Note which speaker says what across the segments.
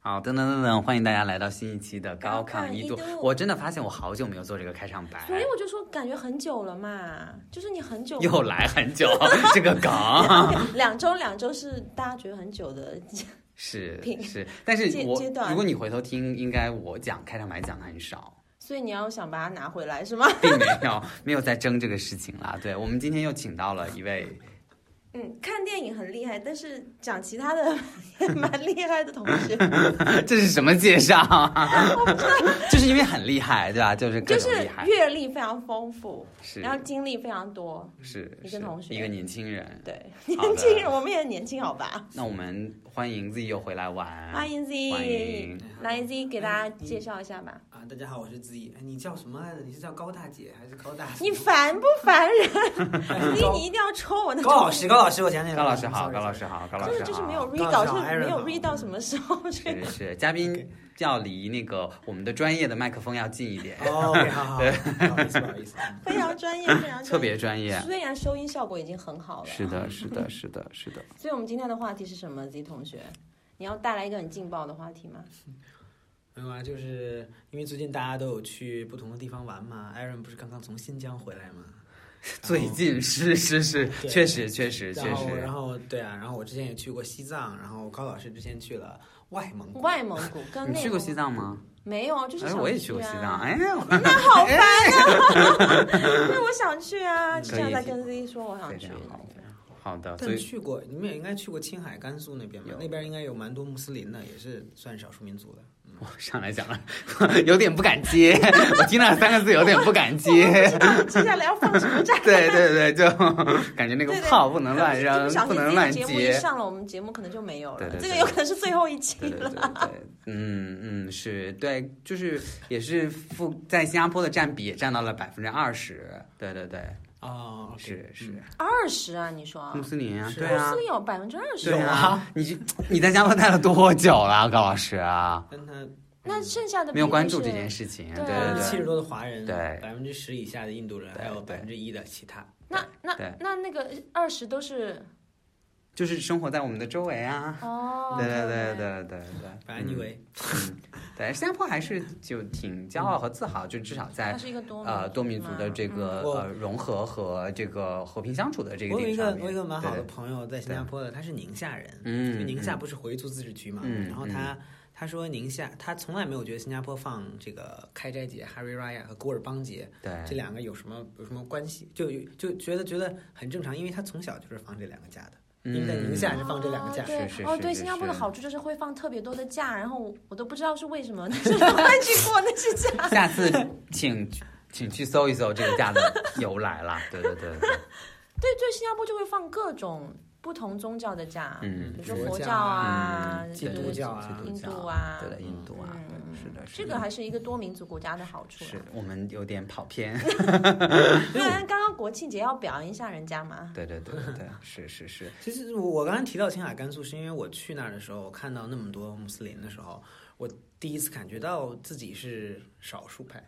Speaker 1: 好，噔噔噔噔，欢迎大家来到新一期的高
Speaker 2: 高
Speaker 1: 亢
Speaker 2: 亢
Speaker 1: 一
Speaker 2: 一
Speaker 1: 度
Speaker 2: 度。
Speaker 1: 我真的发现我好久没有做这个开场白，
Speaker 2: 所以我就说感觉很久了嘛，就是你很久
Speaker 1: 哎又来很久这 个梗。
Speaker 2: 两周两周是大家觉得很久的，
Speaker 1: 是
Speaker 2: 品
Speaker 1: 是，但是
Speaker 2: 阶
Speaker 1: 我
Speaker 2: 阶段
Speaker 1: 如果你回头听，应该我讲开场白讲的很少，
Speaker 2: 所以你要想把它拿回来是吗？
Speaker 1: 并没有没有在争这个事情啦。对我们今天又请到了一位，
Speaker 2: 嗯，看电影很厉害，但是讲其他的也蛮厉害的同 学，
Speaker 1: 这是什么介绍 啊？就是因为很厉害，对吧？就是各
Speaker 2: 就
Speaker 1: 种
Speaker 2: 是
Speaker 1: 厉害，
Speaker 2: 阅历非常丰富，
Speaker 1: 是
Speaker 2: 然后经历非常多。
Speaker 1: 是
Speaker 2: 一个
Speaker 1: 是
Speaker 2: 同学
Speaker 1: 一个年轻人。
Speaker 2: 对，
Speaker 1: 好的
Speaker 2: 年轻人我们也年轻好吧？
Speaker 1: 那我们欢迎 Z 又回来玩，
Speaker 2: 欢迎 Z，
Speaker 1: 嗯欢迎嗯
Speaker 2: 来 Z 给大家介绍一下吧。
Speaker 3: 啊，大家好，我是子怡。哎，你叫什么来着？你是叫高大姐还是高大？
Speaker 2: 你烦不 烦人？Z
Speaker 3: 高
Speaker 2: 你一定要抽我的
Speaker 3: 高老师，高老师，我想
Speaker 2: 哎
Speaker 3: 起
Speaker 1: 高
Speaker 3: 来了。
Speaker 1: 啊老师好，
Speaker 3: sorry，
Speaker 1: 高老师
Speaker 3: sorry。
Speaker 1: 好，高老师好，
Speaker 2: 真的就是没有 read
Speaker 3: 高
Speaker 2: 到，
Speaker 3: 老
Speaker 2: 就是
Speaker 3: 师好
Speaker 2: 没有
Speaker 3: Aaron 好
Speaker 2: read 到什么时候这个
Speaker 1: 是是，嘉宾要离那个我们的专业的麦克风要近一点，
Speaker 3: 哦，OK，好好，好不好意思，不好意思。嗯
Speaker 2: 非常专业，非常专业
Speaker 1: 特别专业。
Speaker 2: 虽然收音效果已经很好了，
Speaker 1: 是的，是的，是的，是的。
Speaker 2: 所以我们今天的话题是什么？Z 同学，你要带来一个很劲爆的话 题吗？
Speaker 3: 没有啊，就是因为最近大家都有去不同的地方玩嘛。艾伦不是刚刚从新疆回来嘛？
Speaker 1: 最近是是是，
Speaker 3: 对
Speaker 1: 确实确实确
Speaker 3: 然后，
Speaker 1: 实
Speaker 3: 然后对啊，然后我之前也去过西藏，然后高老师之前去了外蒙古。
Speaker 2: 外蒙古跟
Speaker 1: 你
Speaker 2: 内
Speaker 1: 去过
Speaker 2: 蒙
Speaker 1: 西藏吗？
Speaker 2: 没有啊？就是
Speaker 1: 哎，
Speaker 2: 想、啊
Speaker 1: 我也去过西藏。， 哎，
Speaker 2: 那好烦啊！因为我想去啊，就这样在跟 Z 说我想
Speaker 1: 非
Speaker 2: 去
Speaker 1: 常。好，好的。所
Speaker 3: 但
Speaker 1: 以
Speaker 3: 去过，你们也应该去过青海、甘肃那边吧
Speaker 1: 有？
Speaker 3: 那边应该有蛮多穆斯林的，也是算少数民族的。
Speaker 1: 我上来讲了，有点不敢接， 我听到三个字有点不敢接。？
Speaker 2: 不知道你接下来要放什么站
Speaker 1: 对对对，就感觉那个
Speaker 2: 对对
Speaker 1: 炮不能乱
Speaker 2: 就
Speaker 1: 扔
Speaker 2: 不，小
Speaker 1: 不
Speaker 2: 心
Speaker 1: 能
Speaker 2: Z
Speaker 1: 乱
Speaker 2: 的节目一
Speaker 1: 接。
Speaker 2: 上了，我们节目可能就没有了。
Speaker 1: 对对对
Speaker 2: 这个有可能是最后一期
Speaker 1: 对对
Speaker 2: 了。
Speaker 1: 对对，嗯嗯，是对，就是也是负在新加坡的占比也占到了百分之二十，对对对，
Speaker 3: 哦，
Speaker 1: 是是，
Speaker 2: 二十啊，你说？
Speaker 1: 穆斯林啊，
Speaker 3: 是
Speaker 1: 对
Speaker 2: 公
Speaker 1: 啊
Speaker 2: 司，有百分之二十
Speaker 1: 对
Speaker 3: 有
Speaker 1: 啊
Speaker 3: 啊，
Speaker 1: 你去你在新加坡待了多久了，高老师啊？
Speaker 3: 但他
Speaker 2: 那剩下的
Speaker 1: 没有关注这件
Speaker 2: 事。
Speaker 1: 事情，
Speaker 2: 对
Speaker 1: 对
Speaker 2: 啊
Speaker 1: 对
Speaker 3: 七十
Speaker 1: 对，
Speaker 3: 多的华人，
Speaker 1: 对
Speaker 3: 百分之十以下的印度人，
Speaker 1: 对
Speaker 3: 还有
Speaker 1: 对
Speaker 3: 百分之一的其他。
Speaker 2: 那那
Speaker 1: 对
Speaker 2: 那那个二十都是
Speaker 1: 就是生活在我们的周围啊，
Speaker 2: 哦，
Speaker 1: 对对对。对对对，
Speaker 3: 反
Speaker 1: 嗯
Speaker 3: 正你以为
Speaker 1: 对，新加坡还是就挺骄傲和自豪，就至少在
Speaker 2: 它是一个多
Speaker 1: 呃多民族的这个
Speaker 3: 嗯我
Speaker 1: 呃融合和这个和平相处的这个
Speaker 3: 我有
Speaker 1: 点
Speaker 3: 一
Speaker 1: 上
Speaker 3: 个
Speaker 1: 面，
Speaker 3: 我有一个蛮好的
Speaker 1: 对，
Speaker 3: 朋友在新加坡的，他是宁夏人，
Speaker 1: 嗯
Speaker 3: 就宁夏不是回族自治区嘛，
Speaker 1: 嗯
Speaker 3: 然后他。他说：“宁夏，他从来没有觉得新加坡放这个开斋节、Hari Raya 和古尔邦节
Speaker 1: 对
Speaker 3: 这两个有什么有什么关系，就就觉得觉得很正常，因为他从小就是放这两个假的。
Speaker 1: 嗯
Speaker 3: 因为在宁夏是放这两个假，
Speaker 2: 对
Speaker 1: 是是
Speaker 2: 哦，
Speaker 1: 是
Speaker 2: 对，
Speaker 1: 是
Speaker 2: 新加坡
Speaker 1: 是
Speaker 2: 的好处就是会放特别多的假，然后我我都不知道是为什么，但是我会去过那些 假。
Speaker 1: 下次请请去搜一搜这个假的由来 啦。对对对对，
Speaker 2: 对对，新加坡就会放各种不同宗教的假，
Speaker 1: 嗯
Speaker 2: 比如说
Speaker 3: 佛
Speaker 2: 佛
Speaker 3: 教
Speaker 2: 教啊
Speaker 3: 啊、嗯
Speaker 2: 这个
Speaker 3: 基督教啊
Speaker 2: 印度啊
Speaker 1: 啊，，对的，印度啊，
Speaker 2: 嗯
Speaker 1: 对，是的，是
Speaker 2: 这
Speaker 1: 的
Speaker 2: 个还是一个多民族国家的好处啦。
Speaker 1: 是我们有点跑 偏。
Speaker 2: 不然刚刚国庆节要表扬一下人家嘛。
Speaker 1: 对对对对对，是是是，
Speaker 3: 其实我我刚才提到青海、甘肃，是因为我去那儿的时候，我看到那么多穆斯林的时候，我第一次感觉到自己是少数派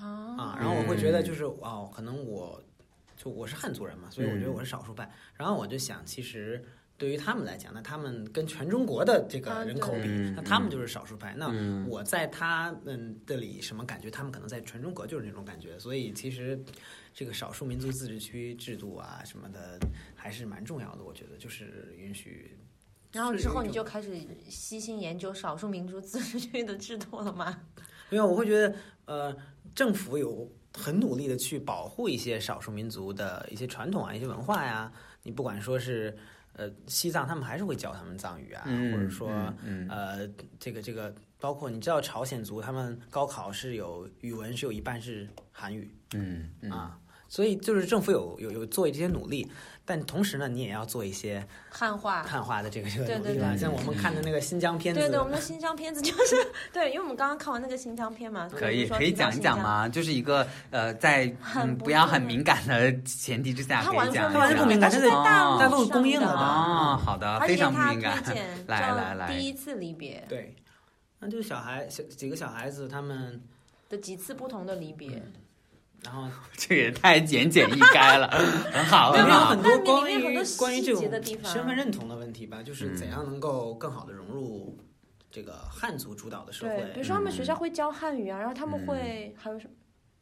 Speaker 1: 哦
Speaker 2: 啊
Speaker 3: 啊，然后我会觉得
Speaker 1: 嗯
Speaker 3: 就是哦，可能我就我是汉族人嘛，所以
Speaker 1: 嗯
Speaker 3: 我觉得我是少数派。然后我就想，其实对于他们来讲，那他们跟全中国的这个
Speaker 2: 啊
Speaker 3: 人口
Speaker 2: 对
Speaker 3: 比，
Speaker 1: 嗯
Speaker 3: 那他们就是少数派。那我在他们这里什么感觉？他们可能在全中国就是那种感觉。所以其实这个少数民族自治区制度啊什么的还是蛮重要的，我觉得就是允许。
Speaker 2: 然后之后你
Speaker 3: 就。
Speaker 2: 就开始悉心研究少数民族自治区的制度了吗？
Speaker 3: 因为我会觉得，呃，政府有很努力的去保护一些少数民族的一些传统啊、一些文化呀、你不管说是呃西藏，他们还是会教他们藏语啊，或者说、
Speaker 1: 嗯，
Speaker 3: 呃这个这个，包括你知道朝鲜族他们高考是有语文是有一半是韩语
Speaker 1: 嗯嗯嗯，
Speaker 3: 啊。所以就是政府有有有做这些努力，但同时呢，你也要做一些
Speaker 2: 汉化。
Speaker 3: 汉化的这个这
Speaker 2: 对
Speaker 3: 个努
Speaker 2: 对
Speaker 3: 力吧。
Speaker 1: 对
Speaker 3: 像我们看的那个新疆片子，
Speaker 2: 对对，我们的新疆片子就是 对，因为我们刚刚看完那个新疆片嘛，所
Speaker 1: 可
Speaker 2: 以
Speaker 1: 以
Speaker 2: 就说
Speaker 1: 可以
Speaker 2: 提到
Speaker 1: 讲一讲
Speaker 2: 新疆？
Speaker 1: 吗？就是一个呃，在
Speaker 2: 很
Speaker 1: 嗯
Speaker 2: 不
Speaker 1: 不要
Speaker 2: 错
Speaker 1: 很
Speaker 2: 的
Speaker 1: 敏感的前提之下，
Speaker 2: 它
Speaker 1: 可
Speaker 2: 完
Speaker 1: 以
Speaker 2: 全
Speaker 1: 讲一
Speaker 3: 它完全不
Speaker 1: 讲
Speaker 3: 敏。感
Speaker 2: 它是
Speaker 3: 这
Speaker 2: 在
Speaker 3: 个
Speaker 2: 大
Speaker 3: 大
Speaker 2: 陆
Speaker 3: 陆
Speaker 2: 上
Speaker 3: 公映
Speaker 2: 的
Speaker 3: 了吧
Speaker 1: 哦，好的，
Speaker 2: 而
Speaker 1: 非
Speaker 2: 且
Speaker 1: 常不
Speaker 2: 他
Speaker 1: 敏感
Speaker 2: 推。荐
Speaker 1: 来来
Speaker 2: 叫
Speaker 1: 来
Speaker 2: 第一次离别
Speaker 3: 对，那就是小孩小几个小孩子他们，
Speaker 2: 的几次不同的离别，
Speaker 3: 嗯然后
Speaker 1: 这个也太言简意赅了， 很好
Speaker 3: 里
Speaker 1: 很
Speaker 3: 面有
Speaker 1: 好。
Speaker 3: 很
Speaker 2: 那
Speaker 3: 多
Speaker 2: 里面
Speaker 3: 关
Speaker 2: 很多
Speaker 3: 于关于这
Speaker 2: 细
Speaker 3: 种
Speaker 2: 节的地方
Speaker 3: 身份认同的问题吧，就是
Speaker 1: 嗯
Speaker 3: 怎样能够更好的融入这个汉族主导的社
Speaker 2: 对，比如
Speaker 3: 会，
Speaker 2: 说他们
Speaker 1: 嗯
Speaker 2: 学校会教汉语啊，然后他们
Speaker 1: 嗯
Speaker 2: 会还有什么？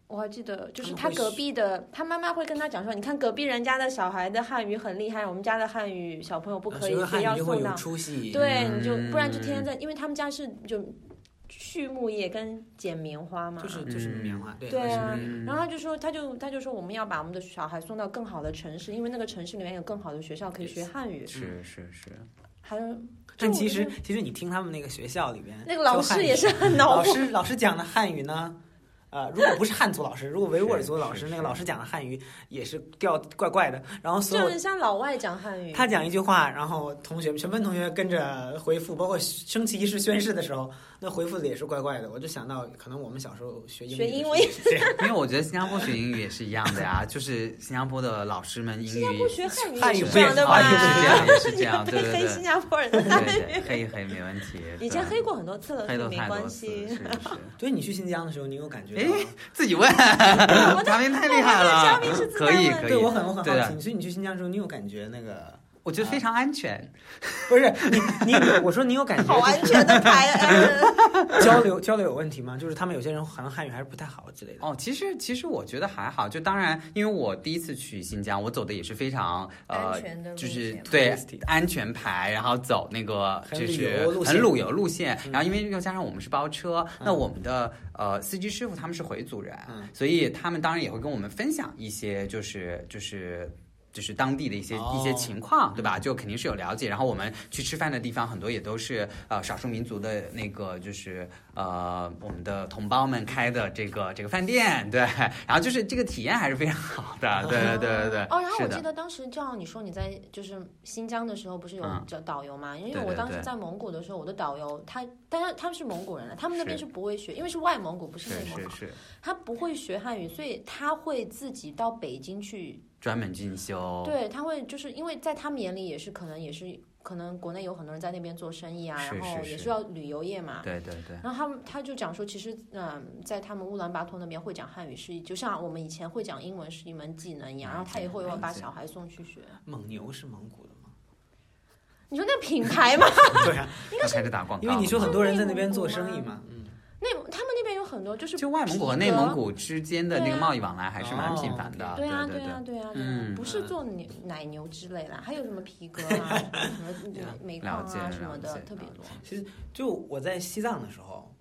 Speaker 2: 我还记得，就是他
Speaker 3: 他们会
Speaker 2: 隔
Speaker 3: 学
Speaker 2: 壁的，他妈妈会跟他讲说：“你看隔壁人家的小孩的汉语很厉害，我们家的汉语小朋友不
Speaker 3: 呃
Speaker 2: 可
Speaker 3: 学
Speaker 2: 以
Speaker 3: 会，
Speaker 2: 非要
Speaker 3: 汉语就会
Speaker 2: 送
Speaker 3: 有
Speaker 2: 到。
Speaker 3: 出”息。
Speaker 2: 对，你就不然就
Speaker 1: 嗯
Speaker 2: 天天在，因为他们家是就畜牧业跟剪棉花嘛，
Speaker 3: 就是就是
Speaker 1: 嗯
Speaker 3: 棉花，对
Speaker 2: 啊对啊
Speaker 3: 是棉嗯花
Speaker 2: 然后他就说，他就他就说我们要把我们的小孩送到更好的城市，因为那个城市里面有更好的学校可以学汉语。
Speaker 1: 是是是，
Speaker 2: 还有
Speaker 3: 但
Speaker 2: 就
Speaker 3: 其
Speaker 2: 我
Speaker 3: 实
Speaker 2: 就
Speaker 3: 其实你听他们那个学校里边，
Speaker 2: 那个老师也是很恼
Speaker 3: 老
Speaker 2: 火，
Speaker 3: 师老师讲的汉语呢，呃，如果不是汉族老师，如果维吾尔族的老
Speaker 1: 是
Speaker 3: 师，
Speaker 1: 是
Speaker 3: 那个老师讲的汉语也是调怪怪的。然后所
Speaker 2: 就
Speaker 3: 有
Speaker 2: 是像老外讲汉语。
Speaker 3: 他讲一句话，然后同学们全班同学跟着回复，包括升旗仪式宣誓的时候，那回复的也是怪怪的。我就想到，可能我们小时候学英语
Speaker 2: 学
Speaker 3: 的时
Speaker 2: 英
Speaker 3: 候
Speaker 2: 文
Speaker 3: 也是这样，
Speaker 1: 因为我觉得新加坡学英语也是一样的呀，就是新加坡的老师们英语
Speaker 2: 新加坡学汉语
Speaker 3: 汉语
Speaker 2: 也是这样
Speaker 3: 不也是
Speaker 2: 的吧？
Speaker 3: 汉语
Speaker 1: 也是这样也 是这样
Speaker 2: 被
Speaker 1: 对对对
Speaker 2: 黑新加坡人的汉
Speaker 1: 对
Speaker 2: 语，
Speaker 1: 对，黑一黑没问题。
Speaker 2: 以前黑过很多次了，
Speaker 1: 对
Speaker 2: 所
Speaker 1: 黑都
Speaker 2: 以没
Speaker 1: 太多
Speaker 2: 关
Speaker 1: 次，
Speaker 2: 系
Speaker 1: 是。 是。
Speaker 3: 对你去新疆的时候，你有感觉
Speaker 1: 哎
Speaker 3: 到？
Speaker 1: 自己问，嘉宾太厉害了啊
Speaker 2: 嘉宾是，自带
Speaker 1: 可以
Speaker 2: 问
Speaker 1: 哎可
Speaker 3: 对我
Speaker 1: 以，
Speaker 3: 很我很
Speaker 1: 对
Speaker 3: 好
Speaker 1: 的
Speaker 3: 奇，所以你去新疆的时候，你有感觉那个？
Speaker 1: 我觉得非常安全。
Speaker 3: 不是你你我说你有感觉
Speaker 2: 好安全的台，哎
Speaker 3: 交流交流有问题吗？就是他们有些人好像汉语还是不太好之类的。
Speaker 1: 哦，其实其实我觉得还好，就当然，因为我第一次去新疆，我走的也是非常呃
Speaker 2: 安全的，路
Speaker 1: 就是
Speaker 2: 线
Speaker 1: 对
Speaker 3: touristy
Speaker 1: 安全牌，然后走那个
Speaker 3: 很
Speaker 1: 就
Speaker 3: 旅
Speaker 1: 是
Speaker 3: 游路
Speaker 1: 很
Speaker 3: 线嗯
Speaker 1: 旅游路线，然后因为又加上我们是包车，那我们的呃司机师傅他们是回族人
Speaker 3: 嗯，
Speaker 1: 所以他们当然也会跟我们分享一些就是就是。就是当地的一些一些
Speaker 3: 哦
Speaker 1: 情况，对吧？就肯定是有了解。然后我们去吃饭的地方，很多也都是呃少数民族的那个，就是呃我们的同胞们开的这个这个饭店，对。 然后就是这个体验还是非常好 的，对对对对对。
Speaker 2: 哦，然后
Speaker 1: 是
Speaker 2: 我
Speaker 1: 的
Speaker 2: 记得当时叫你说你在就是新疆的时候，不是有
Speaker 1: 嗯
Speaker 2: 叫导游嘛？因
Speaker 1: 对
Speaker 2: 为
Speaker 1: 对
Speaker 2: 我当时
Speaker 1: 对
Speaker 2: 在蒙古的时候，我的导游他，但他他们是蒙古人了，啊他们那边
Speaker 1: 是
Speaker 2: 是不会学，因为是外蒙古，不是
Speaker 1: 是
Speaker 2: 内蒙
Speaker 1: 是
Speaker 2: 古，
Speaker 1: 是，
Speaker 2: 他不会学汉语，所以他会自己到北京去
Speaker 1: 专门进修。
Speaker 2: 对，他会就是因为在他们眼里也是可能也是可能国内有很多人在那边做生意啊，
Speaker 1: 是
Speaker 2: 然后
Speaker 1: 是
Speaker 2: 也
Speaker 1: 是
Speaker 2: 需要旅游业嘛。
Speaker 1: 对对对
Speaker 2: 然后他们他就讲说，其实嗯、在他们乌兰巴托那边会讲汉语是一，就像我们以前会讲英文是一门技能一样，然后他也会
Speaker 1: 了解
Speaker 2: 把小孩送去学。
Speaker 3: 蒙牛是蒙古的吗？
Speaker 2: 你说那品牌嘛，
Speaker 3: 对啊，
Speaker 1: 要开始打广告了吗，
Speaker 3: 因为你说很多人在那边做生意嘛，嗯，
Speaker 2: 内蒙他们那边有很多就是
Speaker 1: 就外蒙古和
Speaker 2: 皮
Speaker 1: 内蒙
Speaker 2: 革
Speaker 1: 古之间的那个
Speaker 2: 对啊
Speaker 1: 贸易往来还是蛮频繁的。
Speaker 2: 对啊，
Speaker 1: 对
Speaker 2: 对啊，对啊，对啊
Speaker 1: 嗯
Speaker 2: 不是做牛奶牛之类啦，还有什么皮革 啊，什么煤矿
Speaker 1: 了解
Speaker 2: 啊什么
Speaker 1: 了
Speaker 2: 的，
Speaker 1: 解
Speaker 2: 特别
Speaker 1: 了
Speaker 2: 多。
Speaker 3: 就我在西藏的时候，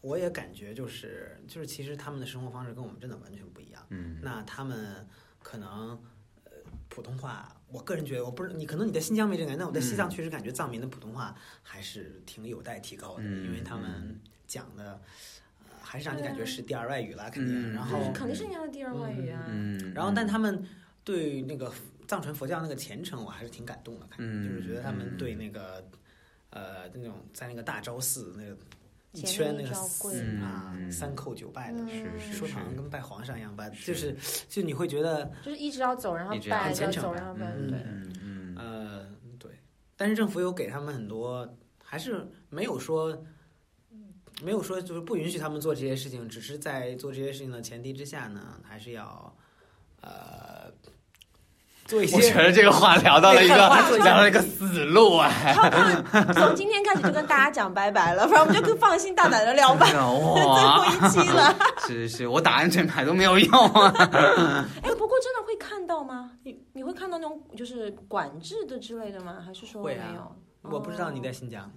Speaker 3: 我也感觉就是就是其实他们的生活方式跟我们真的完全不一样。
Speaker 1: 嗯，
Speaker 3: 那他们可能呃普通话，我个人觉得我不是你，可能你在新疆没这个感觉，那我在西
Speaker 1: 嗯
Speaker 3: 藏确实感觉藏民的普通话还是挺有待提高的，
Speaker 1: 嗯
Speaker 3: 因为他们讲的、呃还是让你感觉是第二外语了，肯
Speaker 1: 嗯
Speaker 3: 定。然后
Speaker 1: 嗯
Speaker 2: 肯定是人家的第二外语啊。
Speaker 1: 嗯，
Speaker 3: 然后，但他们对那个藏传佛教那个虔诚，我还是挺感动的。看，
Speaker 1: 嗯
Speaker 3: 就是觉得他
Speaker 1: 嗯
Speaker 3: 们对那个，呃，那种在那个大昭寺那个一
Speaker 2: 前
Speaker 3: 圈
Speaker 2: 面
Speaker 3: 那个
Speaker 2: 一招
Speaker 3: 寺
Speaker 2: 跪
Speaker 1: 嗯
Speaker 3: 啊，三叩九拜
Speaker 2: 嗯
Speaker 3: 的，
Speaker 1: 是是
Speaker 3: 说
Speaker 1: 是
Speaker 3: 好像跟拜皇上一样吧，
Speaker 1: 是
Speaker 3: 就是就你会觉得，
Speaker 2: 就是一直要走，然后
Speaker 1: 嗯一直要
Speaker 2: 拜，
Speaker 3: 虔
Speaker 2: 要
Speaker 3: 诚
Speaker 2: 走，
Speaker 3: 吧
Speaker 2: 然后拜，
Speaker 3: 嗯
Speaker 2: 对。
Speaker 1: 嗯嗯
Speaker 3: 呃，对。但是政府有给他们很多，还是没有说。没有说就是不允许他们做这些事情，只是在做这些事情的前提之下呢，还是要，呃，做一些。
Speaker 1: 我觉得这个话聊到了一个聊到了一个死路啊！
Speaker 2: 好，那 从今天开始就跟大家讲拜拜了，不然我们就 更放心大胆的聊吧。 最后
Speaker 1: 哇，
Speaker 2: 一期了，
Speaker 1: 是是，我打安全牌都没有用啊！
Speaker 2: 哎，不过真的会看到吗？你你会看到那种就是管制的之类的吗？还是说没
Speaker 3: 会
Speaker 2: 有？
Speaker 3: 啊我不知道你
Speaker 2: 哦
Speaker 3: 在新疆，